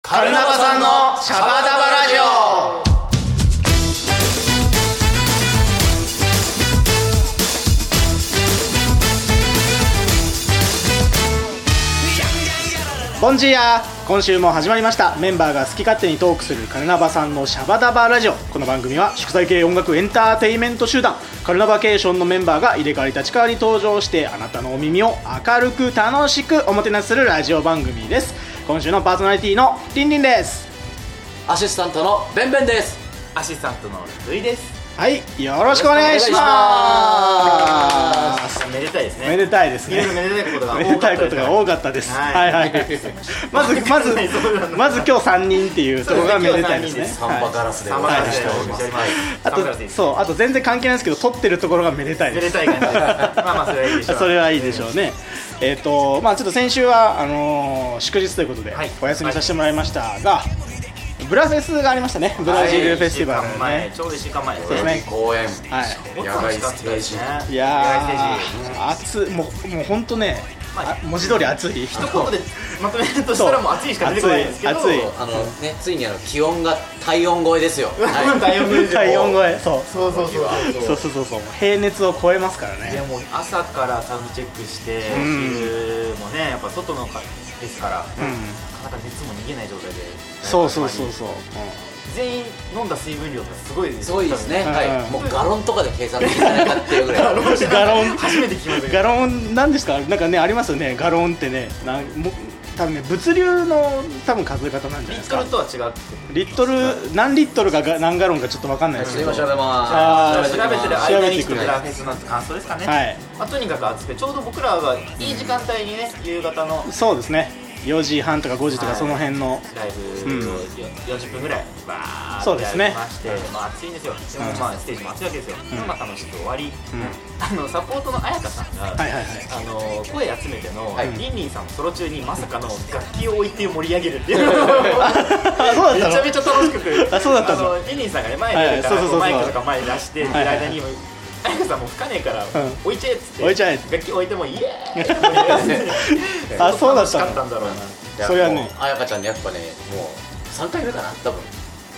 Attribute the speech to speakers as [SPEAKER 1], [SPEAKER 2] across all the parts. [SPEAKER 1] カルナバさんのシャバダバラジオボンジーヤ今週も始まりましたメンバーが好き勝手にトークするカルナバさんのシャバダバラジオこの番組は宿題系音楽エンターテインメント集団カルナバケーションのメンバーが入れ替わり立ち替わり登場してあなたのお耳を明るく楽しくおもてなしするラジオ番組です今週のパーソナリティのりんりんです
[SPEAKER 2] アシスタントのベンベンです。
[SPEAKER 3] アシスタントのルイです。
[SPEAKER 1] はいよろしくお願いします
[SPEAKER 3] めでたいですね。
[SPEAKER 1] めでたいですね
[SPEAKER 3] いろいろめでたいことが多
[SPEAKER 1] めでたいことが多
[SPEAKER 3] かっ
[SPEAKER 1] かったです。は
[SPEAKER 3] はい
[SPEAKER 1] はい
[SPEAKER 3] い
[SPEAKER 1] はい。まずま ずまず今日三人っていうところがめでたいですね。
[SPEAKER 3] そ
[SPEAKER 1] はい
[SPEAKER 2] ガラス
[SPEAKER 3] た。
[SPEAKER 2] ご
[SPEAKER 3] サン
[SPEAKER 2] ざい
[SPEAKER 3] バラ
[SPEAKER 2] ま
[SPEAKER 3] ス
[SPEAKER 2] す
[SPEAKER 3] でお待ちしております。
[SPEAKER 1] あ
[SPEAKER 3] サンバラ
[SPEAKER 1] と
[SPEAKER 3] スでいいです
[SPEAKER 1] そうあと全然関係ないですけど撮ってるところがめでたい
[SPEAKER 3] め
[SPEAKER 1] で。
[SPEAKER 3] ですたい感じ です。まあまあそれはいいでしょう。
[SPEAKER 1] それはいいでしょうね。えっとまあちょっと先週はあのー祝日ということで
[SPEAKER 3] はい
[SPEAKER 1] お休みさせてもらいましたが、ブラフェスがありましたね。ブラジルフェスティバル
[SPEAKER 3] 一
[SPEAKER 1] の
[SPEAKER 3] 週間前
[SPEAKER 1] ね。
[SPEAKER 3] ちょうど一週間前です
[SPEAKER 1] そうですね
[SPEAKER 2] 公演。
[SPEAKER 1] はい。
[SPEAKER 3] もっと楽しかったですね。
[SPEAKER 1] いや
[SPEAKER 3] 野外ステージ
[SPEAKER 1] ー暑いもうもう本当ね、
[SPEAKER 3] まあ
[SPEAKER 1] あ文字通り暑い。
[SPEAKER 3] 一言でまとめるとしたらもう暑いしか出てこないんですけど。
[SPEAKER 1] そう暑い暑い
[SPEAKER 2] あのね、ついにあの気温が体温超え ですよ。は
[SPEAKER 3] 体温超えです よ
[SPEAKER 1] 体温超えそう。
[SPEAKER 3] そうそうそう。
[SPEAKER 1] そうそうそうそう平熱を超えますから
[SPEAKER 3] いや
[SPEAKER 1] ね
[SPEAKER 3] もう朝からサウンドチェックして、
[SPEAKER 1] ん
[SPEAKER 3] 昼もねやっぱ外のかですから、なかなか熱も逃げない状態で。
[SPEAKER 1] そうそうそうそう、
[SPEAKER 3] 全員飲んだ水分量がすごいで
[SPEAKER 2] い。
[SPEAKER 3] す
[SPEAKER 2] すごいですね。
[SPEAKER 1] うん
[SPEAKER 2] はい。もうガロンとかで計算できないかっていうぐらい。
[SPEAKER 1] うんガロン
[SPEAKER 3] 初めて聞きました け
[SPEAKER 1] ガ
[SPEAKER 3] ど
[SPEAKER 1] ロンなんですかなんかねありますよねガロンってねなんも多分ね物流の多分数え方なんじゃない
[SPEAKER 3] リ
[SPEAKER 1] です
[SPEAKER 3] ット
[SPEAKER 1] か
[SPEAKER 3] ルとは違って
[SPEAKER 1] リットル何リットルがが何ガロンかちょっとわかんないです
[SPEAKER 2] す
[SPEAKER 1] け
[SPEAKER 2] い
[SPEAKER 1] ど
[SPEAKER 2] ません、でも。
[SPEAKER 1] あー
[SPEAKER 3] 調べて
[SPEAKER 2] きま
[SPEAKER 3] る
[SPEAKER 2] す
[SPEAKER 1] 調べ
[SPEAKER 3] 間
[SPEAKER 1] て
[SPEAKER 3] に
[SPEAKER 1] きて
[SPEAKER 3] ちょっとラフェスなんて感想ですかね、
[SPEAKER 1] はい
[SPEAKER 3] まあ、とにかく暑くてちょうど僕らがいい時間帯にね夕方の
[SPEAKER 1] そうですね4時半とか5時とか
[SPEAKER 3] はい
[SPEAKER 1] その辺の、
[SPEAKER 3] ライブをよ40分ぐらいバー
[SPEAKER 1] そう
[SPEAKER 3] っ
[SPEAKER 1] です
[SPEAKER 3] てやり
[SPEAKER 1] ね
[SPEAKER 3] まして、まあ、暑いんですよでもまあステージも暑いわけですよ、
[SPEAKER 1] ん
[SPEAKER 3] まあ楽しく終わり、
[SPEAKER 1] うん
[SPEAKER 3] あのサポートの綾香さんが、
[SPEAKER 1] はいはいはい
[SPEAKER 3] あの声集めての、
[SPEAKER 2] はい
[SPEAKER 3] リンリンさんのソロ中にまさかの楽器を置いて盛り上げるっていう
[SPEAKER 1] あそうだった
[SPEAKER 3] めちゃめ
[SPEAKER 1] の
[SPEAKER 3] ちゃ楽しくて
[SPEAKER 1] あそうだったの
[SPEAKER 3] あのリンリンさんがね前にいるか
[SPEAKER 1] はいそうそうそうそう
[SPEAKER 3] らマイクとか前に出して
[SPEAKER 1] はいはい
[SPEAKER 3] 間にあやかさんも吹かねえから
[SPEAKER 1] ん
[SPEAKER 3] 置いちゃえっつって
[SPEAKER 1] 置いちゃえ
[SPEAKER 3] 楽器置いてもイエーイ
[SPEAKER 1] あそうだったの
[SPEAKER 3] 楽しかったんだろうな
[SPEAKER 1] それはね。
[SPEAKER 2] あやかちゃんね、やっぱね、もう三回目かな、多分。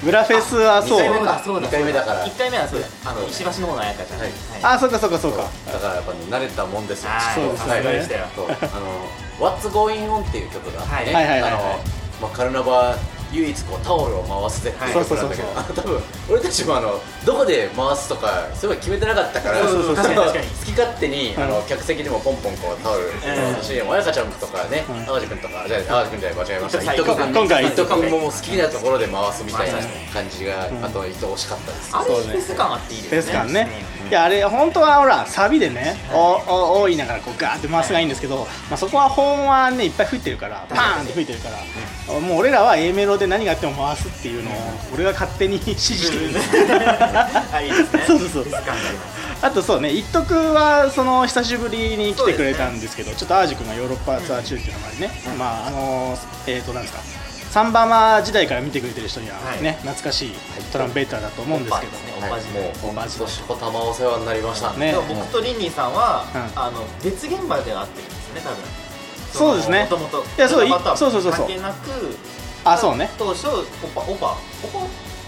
[SPEAKER 1] グラフェスはそ
[SPEAKER 2] 二
[SPEAKER 1] う
[SPEAKER 2] 回目
[SPEAKER 3] あ
[SPEAKER 2] か
[SPEAKER 3] そうだ
[SPEAKER 2] 二回目だから
[SPEAKER 3] 1回目はそうだあ
[SPEAKER 2] そ
[SPEAKER 3] の
[SPEAKER 2] う
[SPEAKER 3] 石橋の方のあやかちゃん
[SPEAKER 2] はい
[SPEAKER 1] あそうかそうかそうか
[SPEAKER 2] だからやっぱね慣れたもんですよ。
[SPEAKER 3] はい
[SPEAKER 1] そうですよね
[SPEAKER 2] はい
[SPEAKER 1] 慣れました
[SPEAKER 3] よ
[SPEAKER 2] そうあの What's Going On っていう曲が
[SPEAKER 3] はい
[SPEAKER 2] ね、
[SPEAKER 1] はいはいはい
[SPEAKER 2] あのまあカルナバ唯一こうタオルを回すでって
[SPEAKER 3] はいいう
[SPEAKER 2] 曲なんだけど、
[SPEAKER 1] そう
[SPEAKER 2] あの多分俺たちもあのどこで回すとかすごい決めてなかったから、
[SPEAKER 3] そうそうそう
[SPEAKER 2] あの
[SPEAKER 3] 確かに確かに
[SPEAKER 2] 好き勝手にあの客席でもポンポンこうタオル
[SPEAKER 3] ん
[SPEAKER 2] 回すし、親香ちゃんとかね、淡路君とかじゃあ淡路君じゃない間違えました。
[SPEAKER 3] はい
[SPEAKER 2] 伊藤君
[SPEAKER 1] 今
[SPEAKER 2] 伊
[SPEAKER 1] 回
[SPEAKER 2] 藤君ももう好きなところで回すみたいな
[SPEAKER 3] はい
[SPEAKER 2] 感じが、あと伊藤惜しかったです。
[SPEAKER 3] あれ
[SPEAKER 1] そうね
[SPEAKER 3] フェス感あっていいです
[SPEAKER 1] フ
[SPEAKER 3] ね
[SPEAKER 1] ェス感ね、いやあれ本当はほらサビでね「おおお」言いながらこうガーって回すがいいんですけど、まあ、そこは本はねいっぱい吹いてるからパーンって吹いてるから、もう俺らは A メロで何があっても回すっていうのを俺が勝手に指示してる、
[SPEAKER 3] あいいですね
[SPEAKER 1] そうそうそう
[SPEAKER 3] フェス感があります
[SPEAKER 1] あとそうね一徳はその久しぶりに来てくれたんですけどちょっとアージ君がヨーロッパツアー中っていうのもありね、まああのえっ、となんですかサンバマ時代から見てくれてる人にはね、
[SPEAKER 3] はい
[SPEAKER 1] 懐かしいトランペーターだと思うんですけど、
[SPEAKER 3] ね
[SPEAKER 2] はい、もう
[SPEAKER 1] マ
[SPEAKER 2] 今
[SPEAKER 1] ジ
[SPEAKER 2] 年こたまお世話になりました
[SPEAKER 1] ね
[SPEAKER 3] でも僕とリンリンさんは、
[SPEAKER 1] うん
[SPEAKER 3] あの別現場で会ってるんですよね多分
[SPEAKER 1] そうですね
[SPEAKER 3] もとも
[SPEAKER 1] い
[SPEAKER 3] と
[SPEAKER 1] やそうい
[SPEAKER 3] ドラマとは
[SPEAKER 1] そうそうそうそう
[SPEAKER 3] 関係なく
[SPEAKER 1] あそうね
[SPEAKER 3] 当初オパオパオパ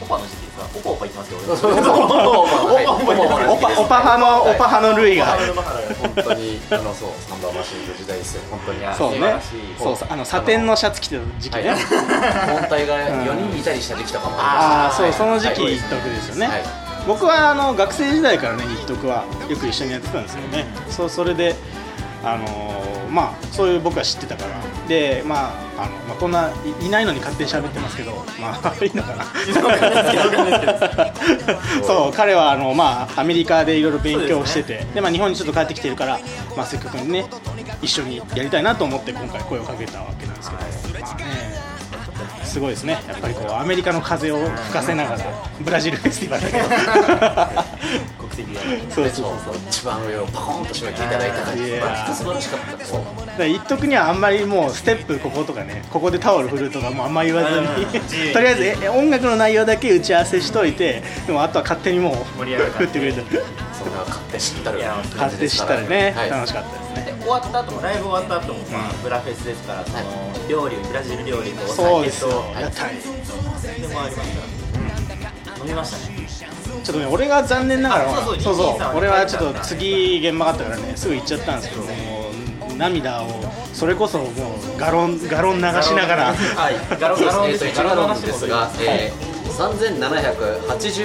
[SPEAKER 3] オパの時期さオパオパ言ってますけど
[SPEAKER 2] そうそうそう
[SPEAKER 3] オパオパ
[SPEAKER 2] はい
[SPEAKER 3] オパオパ言ってま
[SPEAKER 1] オパ
[SPEAKER 3] す
[SPEAKER 1] オパ派のオパ派のルイが
[SPEAKER 3] オパオパ派の
[SPEAKER 2] 本当にあのそうサンバーマシンの時代ですよ本当に
[SPEAKER 3] や
[SPEAKER 1] そう
[SPEAKER 3] 素晴
[SPEAKER 1] ね
[SPEAKER 3] らしい
[SPEAKER 1] そうそうあのサテンのシャツ着てた時期
[SPEAKER 2] はい
[SPEAKER 1] ね、
[SPEAKER 2] 本体が四人いたりした時期とかも
[SPEAKER 1] ああ
[SPEAKER 2] り
[SPEAKER 1] そう
[SPEAKER 2] ました
[SPEAKER 1] その時
[SPEAKER 2] は
[SPEAKER 1] 期
[SPEAKER 2] い
[SPEAKER 1] 一徳ですよね、
[SPEAKER 2] はい
[SPEAKER 1] 僕はあの学生時代からね一徳はよく一緒にやってたんですけどね、そうそれであのーまあそういう僕は知ってたからでまああの、まあ、こんないいないのに勝手に喋ってますけどまあいいの かな
[SPEAKER 3] わかんないですけどわかんないですけど
[SPEAKER 1] そう彼はあの、まあ、アメリカでいろいろ勉強をしててで、
[SPEAKER 3] そ
[SPEAKER 1] まあ、日本にちょっと帰ってきてるから、まあ、せっかくね一緒にやりたいなと思って今回声をかけたわけなんですけど、まあねすごいですねやっぱりこうアメリカの風を吹かせながらブラジルフェスティバル だ
[SPEAKER 3] 国籍がね
[SPEAKER 1] けどそうそう
[SPEAKER 2] そうそう一番上をパコンと締めていただいた感
[SPEAKER 1] い
[SPEAKER 2] じ
[SPEAKER 1] やー
[SPEAKER 2] まあきっと素晴らしかったそう
[SPEAKER 1] だから一徳にはあんまりもうステップこことかねここでタオル振るとかもうあんまり言わずに
[SPEAKER 3] うん自由 に
[SPEAKER 1] とりあえずええ音楽の内容だけ打ち合わせしといてでもあとは勝手にもう
[SPEAKER 3] 盛り上がる
[SPEAKER 1] 振ってくれた
[SPEAKER 2] そんな勝手知ったる
[SPEAKER 3] いや
[SPEAKER 2] 感
[SPEAKER 1] 勝
[SPEAKER 2] じ
[SPEAKER 1] 手
[SPEAKER 2] で
[SPEAKER 1] し
[SPEAKER 2] すか
[SPEAKER 1] た
[SPEAKER 2] ら
[SPEAKER 1] らね、
[SPEAKER 2] はい
[SPEAKER 1] 楽しかったですね
[SPEAKER 3] 終わった後もライブ終わった後も、まあ、ブラフェスですからその、料理ブラジル料理とお
[SPEAKER 1] そうで
[SPEAKER 3] 酒
[SPEAKER 1] す
[SPEAKER 3] と
[SPEAKER 1] よ、
[SPEAKER 3] はい
[SPEAKER 1] 屋台ち
[SPEAKER 3] 何でもありますから、飲みましたね
[SPEAKER 1] ょっとね俺が残念ながら
[SPEAKER 3] あそうそう
[SPEAKER 1] そう
[SPEAKER 3] 兄さんはね
[SPEAKER 1] 俺はちょっと次現場があったからねすぐ行っちゃったんですけどもう涙をそれこそもうガロンガロン流しながら
[SPEAKER 2] はい、ガロン
[SPEAKER 3] ガロン
[SPEAKER 2] えーと一応ガロンですが、えー、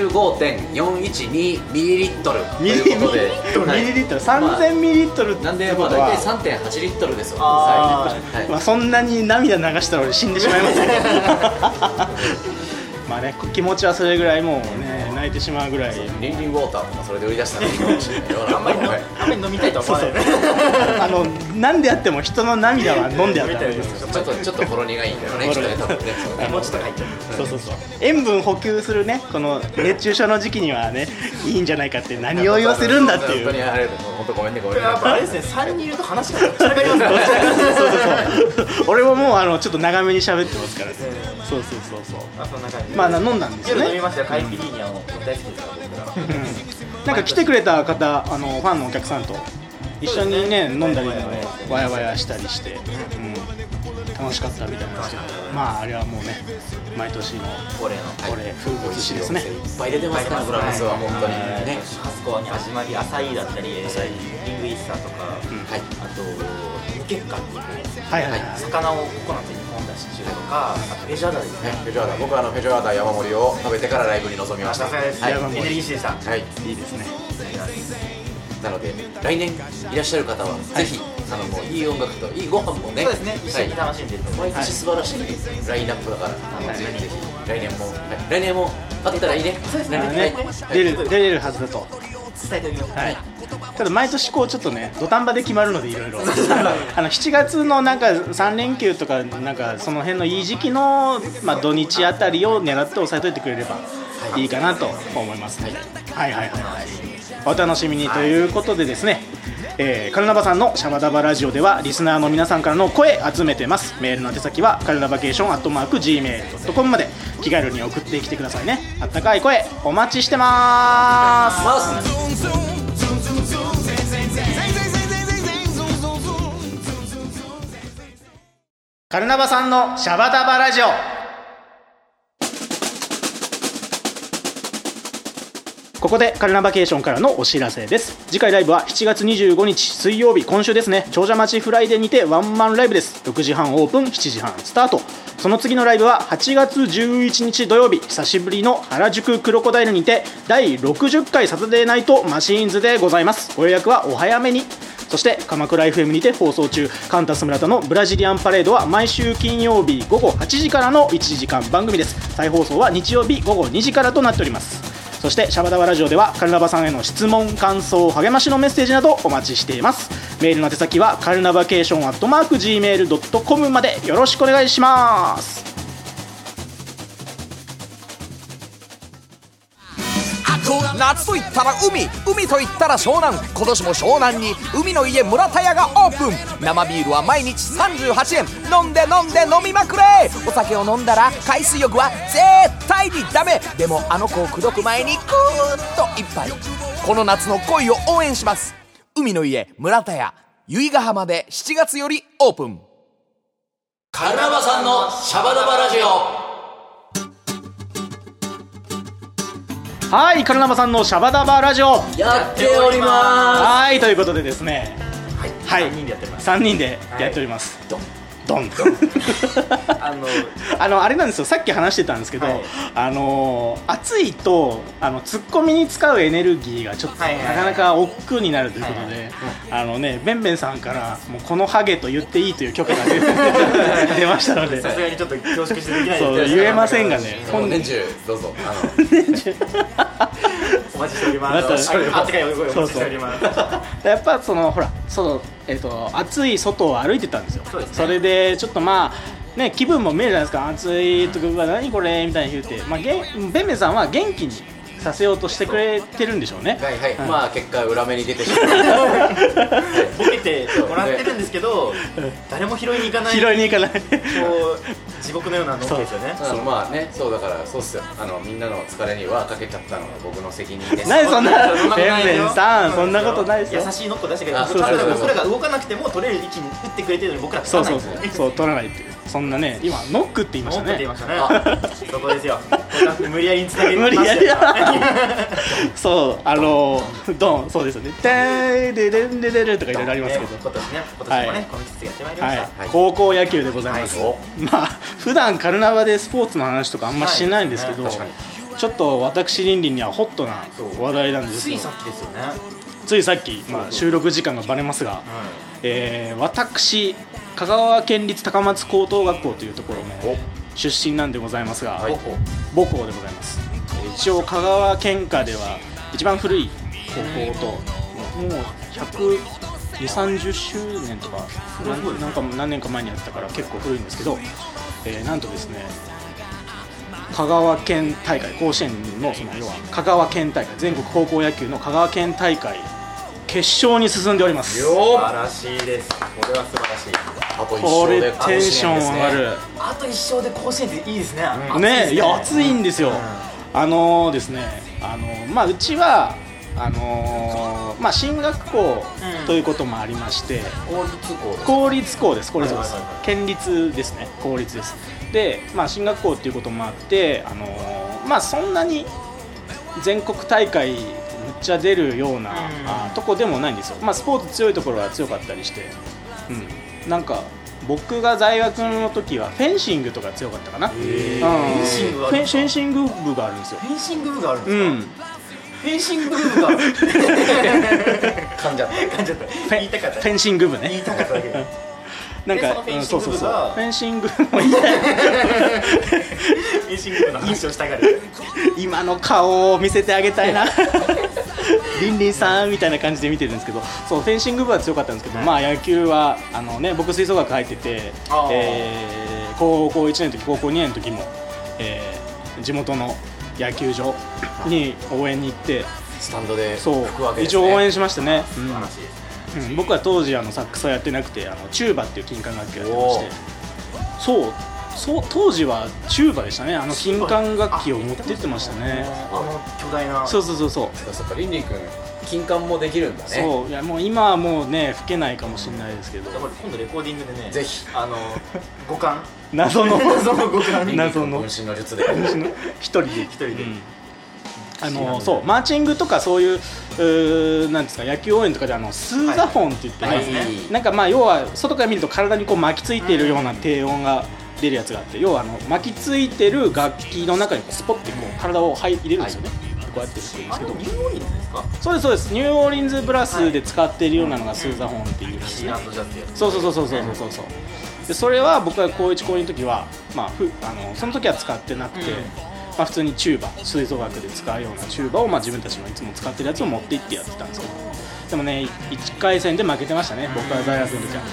[SPEAKER 2] 3785.412ミリリットルと
[SPEAKER 1] ミリ
[SPEAKER 2] い
[SPEAKER 1] リ
[SPEAKER 2] うことで
[SPEAKER 1] ットル、
[SPEAKER 2] はい
[SPEAKER 1] ミリリットル、3000ミリリットルって
[SPEAKER 2] なんで、
[SPEAKER 1] こ
[SPEAKER 2] まあ、
[SPEAKER 1] と
[SPEAKER 2] 大
[SPEAKER 1] は
[SPEAKER 2] 体、3.8リットルですよ
[SPEAKER 3] あー
[SPEAKER 2] はい
[SPEAKER 1] まあ、そんなに涙流したら俺死んでしま いますねまあね気持ちはそれぐらいもうね泣いてしまうぐらい
[SPEAKER 2] リンリンウォーターとかそれで売り出したのかもしれないようなあ んまりね
[SPEAKER 3] あんまり飲みたいとは思わないよね
[SPEAKER 1] あの何であっても人の涙は 飲んではダメです
[SPEAKER 2] ちょっとちょっとほろ苦いんだよね、きっとね、多分ね。
[SPEAKER 1] あの
[SPEAKER 3] もうちょっと入っちゃう
[SPEAKER 1] そうそうそう塩分補給するねこの熱中症の時期にはねいいんじゃないかって何を言わせるんだってい
[SPEAKER 2] 本当
[SPEAKER 1] う
[SPEAKER 2] にあれだ、本当ごめんね、ごめんね。
[SPEAKER 3] やっぱあれですね3人いると話が散らかりますね
[SPEAKER 1] そうそうそう俺ももうあのちょっと長めに喋ってますからねそうそうそうそう
[SPEAKER 3] まあそんな感じで
[SPEAKER 1] まあな飲んだんですよ
[SPEAKER 3] 夜飲
[SPEAKER 1] ね
[SPEAKER 3] みましたよカイピリーニャも大好きですから僕らは
[SPEAKER 1] うんなんか来てくれた方あのファンのお客さんと一緒にね飲んだりねわやわやしたりして、うん、楽しかったみたいなんですけどまああれはもうね毎年の
[SPEAKER 3] 恒例の
[SPEAKER 1] これ風物詩です
[SPEAKER 2] い
[SPEAKER 1] ね
[SPEAKER 2] っぱい出てますから、フランスは本当にね。
[SPEAKER 3] ハスコに始まりアサイーだったりえ
[SPEAKER 2] サイ
[SPEAKER 3] ーリングイッサーとか
[SPEAKER 1] ん
[SPEAKER 2] はい。
[SPEAKER 3] あと無血管っていう
[SPEAKER 1] はいはいはい
[SPEAKER 3] 魚をココナッツに煮込んだシチューとかあとレジャーだですね
[SPEAKER 2] フェジョアダ、僕はあのフェジョアダ山盛りを食べてからライブに臨みま
[SPEAKER 3] あ
[SPEAKER 2] し
[SPEAKER 3] さ
[SPEAKER 2] た。
[SPEAKER 3] すがです
[SPEAKER 2] は
[SPEAKER 3] エ
[SPEAKER 2] い
[SPEAKER 1] やばい
[SPEAKER 3] ネルギッシュでした
[SPEAKER 2] はい、
[SPEAKER 1] いいですね
[SPEAKER 2] なので来年いらっしゃる方はぜひ、あのもういい音楽といいご飯もね
[SPEAKER 3] そうですね一緒に
[SPEAKER 2] は
[SPEAKER 3] 楽しんでると思い
[SPEAKER 2] い、毎
[SPEAKER 3] ます
[SPEAKER 2] 年素晴らしいラインナップだから、
[SPEAKER 3] はい
[SPEAKER 2] ぜひぜひ来年も、はい来年もあったらいいねそうです
[SPEAKER 1] だからね出る出れるはずだと
[SPEAKER 3] 伝えておきます
[SPEAKER 1] はいただ毎年こうちょっとね土壇場で決まるのでいろいろ あの7月のなんか3連休とかなんかその辺のいい時期の、まあ、土日あたりを狙って押さえといてくれればいいかなと思います、はい、はいはいはいお楽しみにということでですね、えーカルナバさんのシャバダバラジオではリスナーの皆さんからの声集めてますメールの宛先はカルナバケーションアットマーク Gmail.com まで気軽に送ってきてくださいねあったかい声お待ちしてます
[SPEAKER 2] マウス
[SPEAKER 4] zoom zoom zoom zoom zoom zing zing zing zing zing zing zing zing zoom zoom zoom zoom zoom zoom zing zing zing
[SPEAKER 1] カルナバさんのシャバダバラジオここでカルナバケーションからのお知らせです次回ライブは7月25日水曜日今週ですね長者町フライデーにてワンマンライブです6時半オープン7時半スタートその次のライブは8月11日土曜日久しぶりの原宿クロコダイルにて第60回サタデーナイトマシーンズでございますご予約はお早めにそして鎌倉 FM にて放送中カンタス村田のブラジリアンパレードは毎週金曜日午後8時からの1時間番組です再放送は日曜日午後2時からとなっておりますそしてシャバダバラジオではカルナバさんへの質問感想励ましのメッセージなどお待ちしていますメールの宛先はカルナバケーションアットマーク Gmail.com までよろしくお願いします
[SPEAKER 5] 夏といったら海海といったら湘南今年も湘南に海の家村田屋がオープン生ビールは毎日38円飲んで飲んで飲みまくれお酒を飲んだら海水浴は絶対にダメでもあの子を口説く前にクーッと一杯この夏の恋を応援します海の家村田屋由比ヶ浜で7月よりオープン
[SPEAKER 2] カルナバさんのシャバダバラジオ
[SPEAKER 1] はいカルナバさんのシャバダバラジオ
[SPEAKER 2] やっておりま
[SPEAKER 1] はいということでですねはい
[SPEAKER 3] 3人でやってます
[SPEAKER 1] 3人でやっております、
[SPEAKER 2] いドン
[SPEAKER 1] ドン
[SPEAKER 3] あの
[SPEAKER 1] あのあれなんですよさっき話してたんですけど、
[SPEAKER 3] はい
[SPEAKER 1] あのー暑いとあのツッコミに使うエネルギーがちょっと、
[SPEAKER 3] はいはいはい
[SPEAKER 1] なかなか億劫になるということで、
[SPEAKER 3] はいは
[SPEAKER 1] あのねベンベンさんからもうこのハゲと言っていいという許可が出 て出ましたので
[SPEAKER 3] さすがにちょっと恐縮してできない
[SPEAKER 1] そう
[SPEAKER 3] です
[SPEAKER 1] 言えませんがね
[SPEAKER 2] す
[SPEAKER 1] 本
[SPEAKER 2] 本
[SPEAKER 1] 年
[SPEAKER 2] 年中どうぞあの
[SPEAKER 3] お待ちしておりま
[SPEAKER 1] また
[SPEAKER 3] す。ああったかいお声をお
[SPEAKER 1] そう
[SPEAKER 3] 待ちし
[SPEAKER 1] そう
[SPEAKER 3] ております。
[SPEAKER 1] やっぱそのほらその、えっと暑い外を歩いてたんですよ
[SPEAKER 3] そうですね
[SPEAKER 1] れでちょっとまあね気分も見えるじゃないですか暑いとかうわ何これみたいに言って、まあ、げんベンベンさんは元気にさせようとしてくれてるんでしょうね
[SPEAKER 2] はい はい、まあ結果裏目に出てしまった
[SPEAKER 3] ボケてもらってるんです けど誰も拾いに行かない
[SPEAKER 1] 拾いに行かない
[SPEAKER 3] こう地獄のようなのけですよね
[SPEAKER 2] うんまあねそうだからそうっすよあのみんなの疲れにはかけちゃったのが僕の責任です
[SPEAKER 1] ない そんな
[SPEAKER 3] そんなことない
[SPEAKER 1] べんべんさんそんなことないです
[SPEAKER 3] 優
[SPEAKER 1] よ
[SPEAKER 3] しいノックを出してくれ
[SPEAKER 2] あ
[SPEAKER 3] て
[SPEAKER 2] そう
[SPEAKER 1] そうそう
[SPEAKER 3] 僕らが動かなくても取れる位置に打ってくれてるのに僕ら
[SPEAKER 1] そ
[SPEAKER 3] 勝
[SPEAKER 1] う
[SPEAKER 3] たな
[SPEAKER 1] そ
[SPEAKER 3] いうです
[SPEAKER 1] そ
[SPEAKER 3] よ
[SPEAKER 1] うそう
[SPEAKER 3] ね
[SPEAKER 1] 取らないっていうそんなね今ノックって言いました
[SPEAKER 3] 文句って言い
[SPEAKER 1] ね
[SPEAKER 3] ました
[SPEAKER 2] あ
[SPEAKER 3] ねそこですよ 無理やりにつなげ
[SPEAKER 1] 無
[SPEAKER 3] ま
[SPEAKER 1] 理
[SPEAKER 3] し
[SPEAKER 1] や
[SPEAKER 3] た
[SPEAKER 1] り
[SPEAKER 3] よ
[SPEAKER 1] そうあのドンそうですよね「でーででんででる」とかいろいろありますけど
[SPEAKER 3] ね今年ね今年も
[SPEAKER 1] はい
[SPEAKER 3] ねこの季節やってまいりま
[SPEAKER 1] は
[SPEAKER 3] し
[SPEAKER 1] い
[SPEAKER 3] た、
[SPEAKER 2] はい
[SPEAKER 1] 高校野球でございます、
[SPEAKER 2] はい
[SPEAKER 1] まあ普段カルナバでスポーツの話とかあんましないんですけど、
[SPEAKER 3] はい
[SPEAKER 2] 確か
[SPEAKER 1] ちょっと私倫理にはホットな
[SPEAKER 3] そう
[SPEAKER 1] 話題なんです
[SPEAKER 3] つ
[SPEAKER 1] け
[SPEAKER 3] い
[SPEAKER 1] ど
[SPEAKER 3] さっきですよね
[SPEAKER 1] ついさっき、まあ、収録時間がバレますが、えー私香川県立高松高等学校というところの出身なんでございますが、
[SPEAKER 2] はい
[SPEAKER 1] 母校でございますえー一応香川県下では一番古い高校ともうもう12030周年とかなんなんか何年か前にやったから結構古いんですけど、えーなんとですね香川県大会甲子園のその要は香川県大会全国高校野球の香川県大会決勝に進んでおります
[SPEAKER 2] よ
[SPEAKER 3] 素
[SPEAKER 2] っ
[SPEAKER 3] 晴らしいですこれは素晴らしい
[SPEAKER 2] あと一
[SPEAKER 1] こ
[SPEAKER 2] 勝で
[SPEAKER 1] れテンション上がる、
[SPEAKER 3] あと一勝で甲子園っていいですね、
[SPEAKER 1] ねいや暑いん
[SPEAKER 3] で
[SPEAKER 1] ですよ、あのーですねあのーまあうちはあのーまあ進学校
[SPEAKER 3] うん
[SPEAKER 1] ということもありまして、
[SPEAKER 2] 公立校です
[SPEAKER 1] 公立校です公立校です、
[SPEAKER 3] はいはいはいは
[SPEAKER 1] 県立ですね公立ですでまあ進学校っていうこともあってあのーまあそんなに全国大会むっちゃ出るような、
[SPEAKER 3] ん
[SPEAKER 1] あとこでもないんですよまあスポーツ強いところは強かったりしてうんなんか僕が在学の時はフェンシングとか強かったかな、うん
[SPEAKER 3] フェンシングがあ
[SPEAKER 1] フェ
[SPEAKER 3] るんで
[SPEAKER 1] ン
[SPEAKER 3] す
[SPEAKER 1] フ
[SPEAKER 3] か
[SPEAKER 1] ェンシング部があるんですよ
[SPEAKER 3] フェンシング部があるんで
[SPEAKER 1] う
[SPEAKER 3] すか、
[SPEAKER 1] ん
[SPEAKER 3] フェンシング部がある
[SPEAKER 2] 噛んじゃった
[SPEAKER 3] 噛んじゃった
[SPEAKER 1] フェ
[SPEAKER 3] 言いたかった
[SPEAKER 1] フェンシング部ね
[SPEAKER 3] 言いたかっただけだ
[SPEAKER 1] なん
[SPEAKER 3] で
[SPEAKER 1] か
[SPEAKER 3] その
[SPEAKER 1] う
[SPEAKER 3] フ
[SPEAKER 1] ん
[SPEAKER 3] ェンシ
[SPEAKER 1] そうそ
[SPEAKER 3] ング
[SPEAKER 1] う
[SPEAKER 3] 部
[SPEAKER 1] そう
[SPEAKER 3] が
[SPEAKER 1] フェンシング部も いいね
[SPEAKER 3] フェンシング部の話をしたがる
[SPEAKER 1] 今の顔を見せてあげたいなリンリンさんみたいな感じで見てるんですけどそうフェンシング部は強かったんですけど、まあ野球はあの、ね、僕吹奏楽入ってて
[SPEAKER 3] あ、ー
[SPEAKER 1] えー高校1年の時高校2年の時も、えー地元の野球場に応援に行って
[SPEAKER 2] スタンドで
[SPEAKER 1] そ
[SPEAKER 2] 吹くわ
[SPEAKER 1] う
[SPEAKER 2] けです
[SPEAKER 1] 一
[SPEAKER 2] ね
[SPEAKER 1] 応応援しましたね、うん
[SPEAKER 3] 素晴らしいですね
[SPEAKER 1] うん僕は当時あのサックスはやってなくてあのチューバっていう金管楽器をやってましてそうそう当時はチューバでしたねあの金管楽器を持ってってましたね
[SPEAKER 3] あの巨大な
[SPEAKER 1] そうそうそうそう
[SPEAKER 2] そっかそっかりんりんくん金管もできるんだね
[SPEAKER 1] そういやもう今はもうね吹けないかもしれないですけど
[SPEAKER 3] だから今度レコーディングでね
[SPEAKER 2] ぜひ
[SPEAKER 3] あの五感
[SPEAKER 1] 謎の
[SPEAKER 3] その五感
[SPEAKER 2] りんりんく
[SPEAKER 1] 謎
[SPEAKER 2] ん
[SPEAKER 1] の
[SPEAKER 2] 渾身の術 で
[SPEAKER 1] 一人で
[SPEAKER 3] 一人で
[SPEAKER 1] うんあのそうマーチングとかそういううーなんですか野球応援とかであのスーザフォンって言ってね、
[SPEAKER 3] はいはい
[SPEAKER 1] なんかまあ要は外から見ると体にこう巻きついているような低音が出るやつがあって要はあの巻きついてる楽器の中にこうスポッてこう体を入入れるんですよね、こうやってるんで
[SPEAKER 3] あ
[SPEAKER 1] すけ
[SPEAKER 3] れ
[SPEAKER 1] ど
[SPEAKER 3] ニューオーリンズですか
[SPEAKER 1] そうですそうですニューオーリンズブラスで使っているようなのがスーザフォンっていうんで
[SPEAKER 3] キ
[SPEAKER 1] す
[SPEAKER 3] シ
[SPEAKER 1] ね
[SPEAKER 3] ランドジャズや
[SPEAKER 1] そうそうそうそうそうそうそうでそれは僕が高1高2の時は、まあ、ふあのその時は使ってなくて、
[SPEAKER 3] うん
[SPEAKER 1] まあ、普通にチューバ吹奏楽で使うようなチューバを、まあ、自分たちのいつも使ってるやつを持って行ってやってたんですよでもね1回戦で負けてましたね僕は大学の時は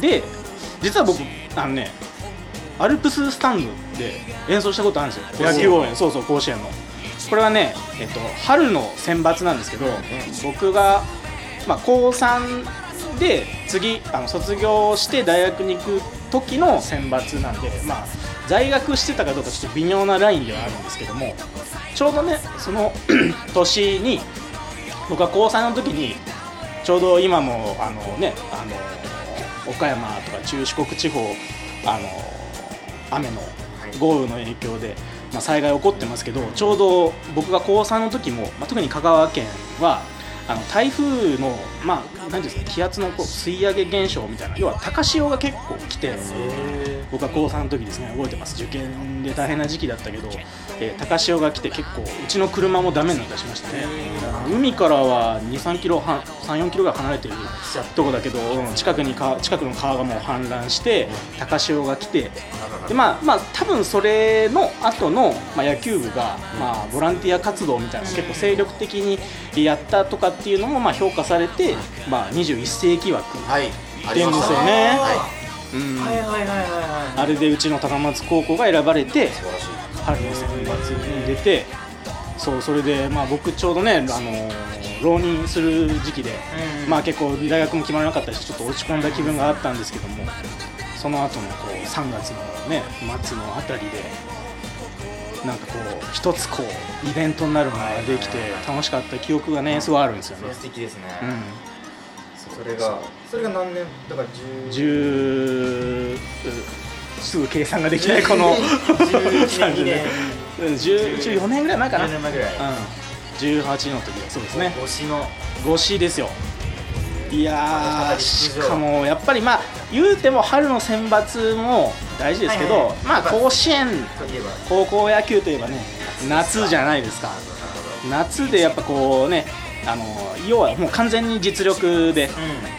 [SPEAKER 1] で実は僕あのねアルプススタンドで演奏したことあるんですよ野球応援そうそう甲子園のこれはね、えっと、春の選抜なんですけど、僕が、まあ、高3で次あの卒業して大学に行く時の選抜なんで、まあ、在学してたかどうかちょっと微妙なラインではあるんですけどもちょうどねその 年に僕は高3の時にちょうど今もあのねあの岡山とか中四国地方あの雨の豪雨の影響で、まあ、災害起こってますけどちょうど僕が高3の時も、まあ、特に香川県はあの台風の、まあ、なんていうんですか気圧のこう吸い上げ現象みたいな要は高潮が結構来て。僕は高3の時ですね覚えてます受験で大変な時期だったけど、えー高潮が来て結構うちの車もダメになったりしましたね海からは23キロ半34キロぐらい離れてるとこだけど、うん近くに川近くの川がもう氾濫して高潮が来てでまあまあ多分それの後のまあ野球部がまあボランティア活動みたいなのを結構精力的にやったとかっていうのもまあ評価されてまあ21世紀枠
[SPEAKER 2] はいあ
[SPEAKER 1] 出
[SPEAKER 2] り
[SPEAKER 1] るん
[SPEAKER 2] ま
[SPEAKER 1] で
[SPEAKER 2] し
[SPEAKER 1] すよ
[SPEAKER 2] た
[SPEAKER 1] ね
[SPEAKER 2] はい
[SPEAKER 1] うん
[SPEAKER 3] はいはいはいはいはい
[SPEAKER 1] あれでうちの高松高校が選ばれて
[SPEAKER 2] 素晴らしい
[SPEAKER 1] 春の選抜に出てそうそれで、まあ、僕ちょうどね、あのー浪人する時期で、
[SPEAKER 3] うん
[SPEAKER 1] まあ、結構大学も決まらなかったしちょっと落ち込んだ気分があったんですけどもその後のこう3月のね末のあたりでなんかこう一つこうイベントになるものができて楽しかった記憶がねすごいあるんですよ
[SPEAKER 3] そ
[SPEAKER 1] ね
[SPEAKER 3] れ、素敵ですね、
[SPEAKER 1] うん、
[SPEAKER 3] それがそれが何年だから10
[SPEAKER 1] 10すぐ計算ができないこの
[SPEAKER 3] 11年
[SPEAKER 1] うん10 14年ぐらい前かな、
[SPEAKER 3] 10
[SPEAKER 1] うん、
[SPEAKER 3] 年前ぐらい
[SPEAKER 1] 18の時そうですね
[SPEAKER 3] 推しの
[SPEAKER 1] 5しですよいやー
[SPEAKER 3] 私
[SPEAKER 1] しかもやっぱりまあ言うても春の選抜も大事ですけど、
[SPEAKER 3] はいはいはい
[SPEAKER 1] まあ甲子園
[SPEAKER 3] といえば
[SPEAKER 1] 高校野球といえばね夏じゃないですか夏でやっぱこうねあの要はもう完全に実力で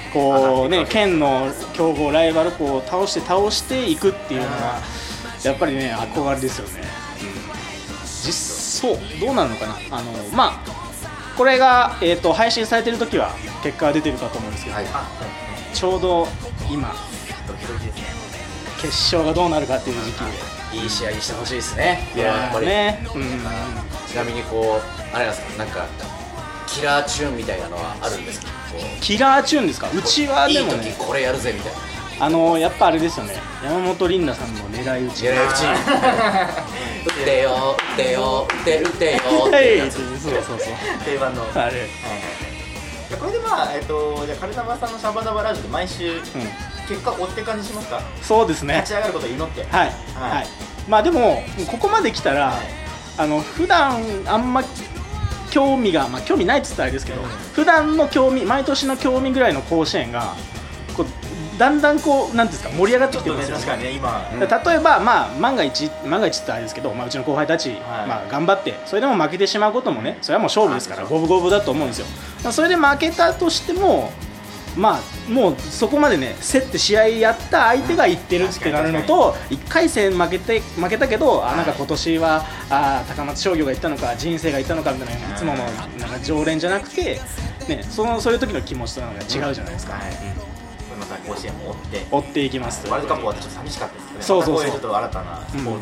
[SPEAKER 3] う
[SPEAKER 1] こうね県の強豪ライバル校を倒して倒していくっていうのはやっぱりね憧れですよね、実そうどうなるのかなあのまあこれが、えー、と配信されてる時は結果が出てるかと思うんですけど、
[SPEAKER 2] はい
[SPEAKER 3] あ
[SPEAKER 1] ちょうど今
[SPEAKER 3] ドキドキですね
[SPEAKER 1] 決勝がどうなるかっていう時期で
[SPEAKER 2] いい試合してほしいですね
[SPEAKER 1] い
[SPEAKER 2] いややっぱり、
[SPEAKER 1] ね、うん、
[SPEAKER 2] ちなみにこうあれなんですかなんかキラーチューンみたいなのはあるんですかこう
[SPEAKER 1] キラーチューンですかうちはでも
[SPEAKER 2] いい
[SPEAKER 1] ね
[SPEAKER 2] 時これやるぜみたいな
[SPEAKER 1] あのやっぱあれですよね山本リンダさんの狙い撃ち
[SPEAKER 2] 狙い撃ち打ってよ打ってよ打って打ってよっ
[SPEAKER 1] は
[SPEAKER 2] て
[SPEAKER 1] い
[SPEAKER 2] やつ
[SPEAKER 1] そうそうそう
[SPEAKER 3] 定番のはい
[SPEAKER 1] あれ
[SPEAKER 3] はいはいこれでまあえっとじゃあカルタバさんのシャバダバラジオで毎週結果追って感じしますか
[SPEAKER 1] そうですね
[SPEAKER 3] 立ち上がることを祈って
[SPEAKER 1] はい、
[SPEAKER 3] はい
[SPEAKER 1] はい、まあでもここまで来たら、あの普段あんま興味がまあ興味ないっつったらあれですけど、
[SPEAKER 3] うん
[SPEAKER 1] 普段の興味毎年の興味ぐらいの甲子園がこうだんだんこうなんていうんですか盛り上がって
[SPEAKER 3] ち
[SPEAKER 1] き
[SPEAKER 3] ょって
[SPEAKER 1] る
[SPEAKER 3] と
[SPEAKER 1] んで
[SPEAKER 3] ね
[SPEAKER 1] すよ、
[SPEAKER 3] 確かにね今
[SPEAKER 1] だから例えば、まあ、万が一万が一って言ったらあれですけど、まあ、うちの後輩たち、まあ、頑張ってそれでも負けてしまうこともねそれはもう勝負ですから五分五分だと思うんですよまあそれで負けたとしてもまあもうそこまでね競って試合やった相手がいってるってなるのと1回戦負けて負けたけどあなんか今年はあー高松商業がいったのか人生がいったのかみたいないつものなんか常連じゃなくて、ね、そのそういう時の気持ちとなんか違うじゃないですか
[SPEAKER 3] はいまた甲子園も追って
[SPEAKER 1] 追っていきますという
[SPEAKER 3] ワールドカップ終わってちょっと寂しかったですけどね
[SPEAKER 1] そうそうそう
[SPEAKER 3] またこういうちょっと新たなスポーツの
[SPEAKER 1] うんうん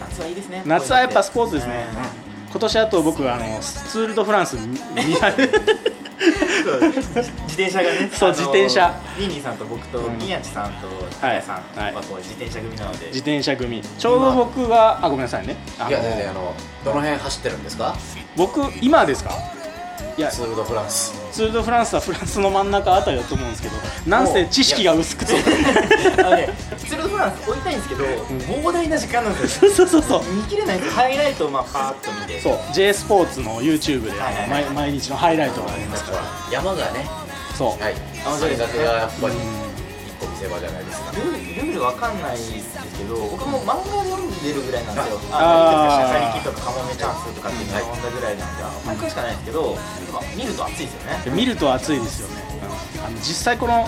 [SPEAKER 3] 夏はいいですね
[SPEAKER 1] 夏はやっぱスポーツですね
[SPEAKER 3] うん
[SPEAKER 1] 今年あと僕あのツール・ド・フランス見見られ
[SPEAKER 3] そう自転車がね
[SPEAKER 1] そう
[SPEAKER 3] あの
[SPEAKER 1] 自転車
[SPEAKER 3] リンリンさんと僕と
[SPEAKER 1] ん
[SPEAKER 3] 宮地さんと高谷さん
[SPEAKER 1] はい
[SPEAKER 3] はこう自転車組なので
[SPEAKER 1] 自転車組ちょうど僕があごめんなさいねあの
[SPEAKER 2] いや全然あのどの辺走ってるんですか
[SPEAKER 1] 僕今ですかいや
[SPEAKER 2] ツール・ド・フランス
[SPEAKER 1] ツール・ド・フランスはフランスの真ん中あたりだと思うんですけどなんせ知識が薄くて
[SPEAKER 3] あのねツール・ド・フランス追いたいんですけど膨大な時間なんですよ
[SPEAKER 1] そうそうそうそう
[SPEAKER 3] 見切れないですハイライトをまあパーッと見て
[SPEAKER 1] そう J スポーツの YouTube で
[SPEAKER 3] はいはいはい
[SPEAKER 1] 毎毎日のハイライトがありますから
[SPEAKER 2] 山がね
[SPEAKER 1] そう
[SPEAKER 2] はい
[SPEAKER 3] あ
[SPEAKER 2] それだけがやっぱり一
[SPEAKER 1] うん
[SPEAKER 2] 個見せ場じゃないですか
[SPEAKER 3] ルールルールわかんないですけど僕も漫画で読んでるぐらいなんですよ
[SPEAKER 1] あー
[SPEAKER 3] あのいくつかシャサリキとかカモメチャンスとかっていうのを読んだぐらいなんであの毎回しかないですけどまあ見ると熱いですよね
[SPEAKER 1] で見ると暑いですよね、あの実際このん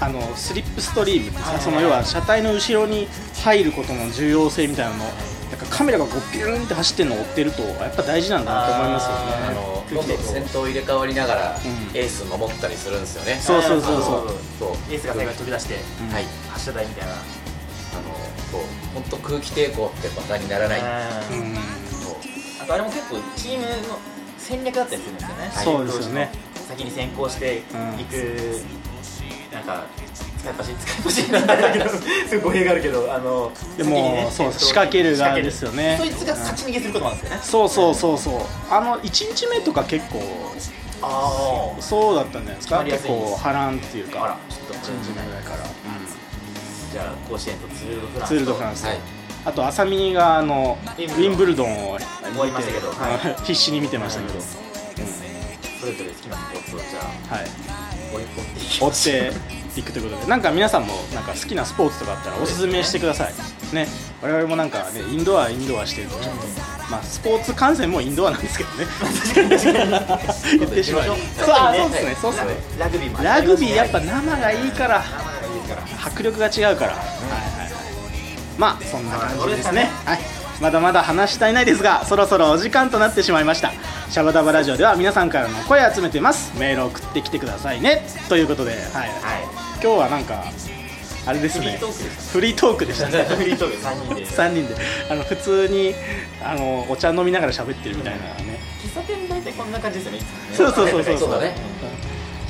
[SPEAKER 1] あのスリップストリームってさ、
[SPEAKER 3] はいはい
[SPEAKER 1] その要は車体の後ろに入ることの重要性みたいなのなんかカメラがこうビューンって走ってるのを追ってるとやっぱ大事なんだなと思いますよ
[SPEAKER 2] あ
[SPEAKER 1] ね
[SPEAKER 2] の
[SPEAKER 3] 空
[SPEAKER 2] ど
[SPEAKER 3] 気
[SPEAKER 2] ん
[SPEAKER 3] で
[SPEAKER 2] ど
[SPEAKER 3] こ
[SPEAKER 2] ん
[SPEAKER 3] う
[SPEAKER 2] 先頭入れ替わりながら
[SPEAKER 1] ん
[SPEAKER 2] エース守ったりするんですよね
[SPEAKER 1] そうそうそうそう
[SPEAKER 3] あの
[SPEAKER 2] そう
[SPEAKER 3] エースが最後に飛び出して
[SPEAKER 1] うん
[SPEAKER 2] はい
[SPEAKER 3] 発射台みたいな
[SPEAKER 2] あのそう本当空気抵抗ってバカにならない
[SPEAKER 1] うん、
[SPEAKER 2] そう
[SPEAKER 3] あとあれも結構チームの戦略だったりするんですよね
[SPEAKER 1] そうですよね
[SPEAKER 3] 先に先行していく、なんか使いっ走り使いっ走りなんだけどすごい語弊があるけどあの
[SPEAKER 1] でも
[SPEAKER 3] 先にね
[SPEAKER 1] そう
[SPEAKER 3] えっと
[SPEAKER 1] 仕掛ける側ですよね
[SPEAKER 3] 仕掛けるそいつが勝ち逃げすることもあるんですよね
[SPEAKER 1] そうそうそうそうあの1日目とか結構
[SPEAKER 3] あ
[SPEAKER 1] そうだったんじゃないですか
[SPEAKER 3] 決まりや
[SPEAKER 1] 結
[SPEAKER 3] すいんです
[SPEAKER 1] 構波乱っていう
[SPEAKER 3] あら
[SPEAKER 1] か
[SPEAKER 3] ちょっと
[SPEAKER 1] 1日目ぐらいから、
[SPEAKER 3] じゃあ甲子園とツール・ド・フランス
[SPEAKER 1] ツール・ド・フランス、
[SPEAKER 2] はい
[SPEAKER 1] あと浅見があのウ
[SPEAKER 3] ウ
[SPEAKER 1] ィ
[SPEAKER 3] ィ
[SPEAKER 1] ン
[SPEAKER 3] ン
[SPEAKER 1] ブ
[SPEAKER 3] ブ
[SPEAKER 1] ルドンを見
[SPEAKER 3] 終わりましたけどは
[SPEAKER 1] 必死に見てましたけど、
[SPEAKER 3] それぞれ好きなスポーツをじゃあ
[SPEAKER 1] はい、
[SPEAKER 3] 追い込んでいき
[SPEAKER 1] 追
[SPEAKER 3] ま
[SPEAKER 1] っ
[SPEAKER 3] しょう
[SPEAKER 1] ていくということでなんか皆さんもなんか好きなスポーツとかあったらおすすめしてくださいね我々もなんかねインドアインドアしてるとちょっとまあスポーツ観戦もインドアなんですけどね言って しまう そうあそうですねそうですね
[SPEAKER 3] ラグビーも
[SPEAKER 1] ラグビーやっぱ生がいいから
[SPEAKER 3] 生がいいから
[SPEAKER 1] 迫力が違うから、はいはいはいまあそんな感じですね
[SPEAKER 3] ま
[SPEAKER 1] はいまだまだ話したいないですがそろそろお時間となってしまいましたシャバダバラジオでは皆さんからの声集めてますメールを送ってきてくださいねということで、はい
[SPEAKER 3] はい
[SPEAKER 1] 今日はなんかあれですね
[SPEAKER 3] フリートークで
[SPEAKER 1] フリートークでした ね
[SPEAKER 3] フリートーク3人で喫
[SPEAKER 1] 3人であの普通にあのお茶飲みながら喋ってるみたいなね
[SPEAKER 3] 茶店大体こんな感じですよねいつもね
[SPEAKER 1] そうそうそうそう
[SPEAKER 2] そうだね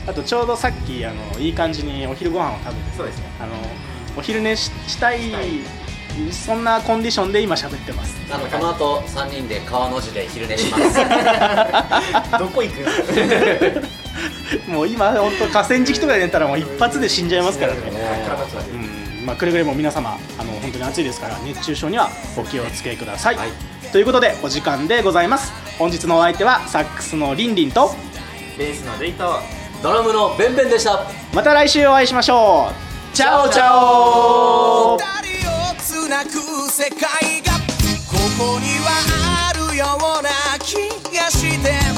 [SPEAKER 1] あとちょうどさっきあのいい感じにお昼ご飯を食べて
[SPEAKER 3] そうですね
[SPEAKER 1] あのお昼寝ししたい
[SPEAKER 3] したい
[SPEAKER 1] そんなコンディションで今喋ってます
[SPEAKER 2] あのこの後3人で川の字で昼寝します
[SPEAKER 3] どこ行くん ですか
[SPEAKER 1] もう今本当河川敷とかで寝たらもう一発で死んじゃいますからねうんまあ、くれぐれも皆様あの本当に暑いですから熱中症にはお気をつけください、
[SPEAKER 2] はい
[SPEAKER 1] ということでお時間でございます本日のお相手はサックスのりんりんと
[SPEAKER 3] ベースのデイタは
[SPEAKER 2] ドラムのベンベンでした
[SPEAKER 1] また来週お会いしましょうチャオチャオ
[SPEAKER 4] 二人をつなぐ世界がここにはあるような気がして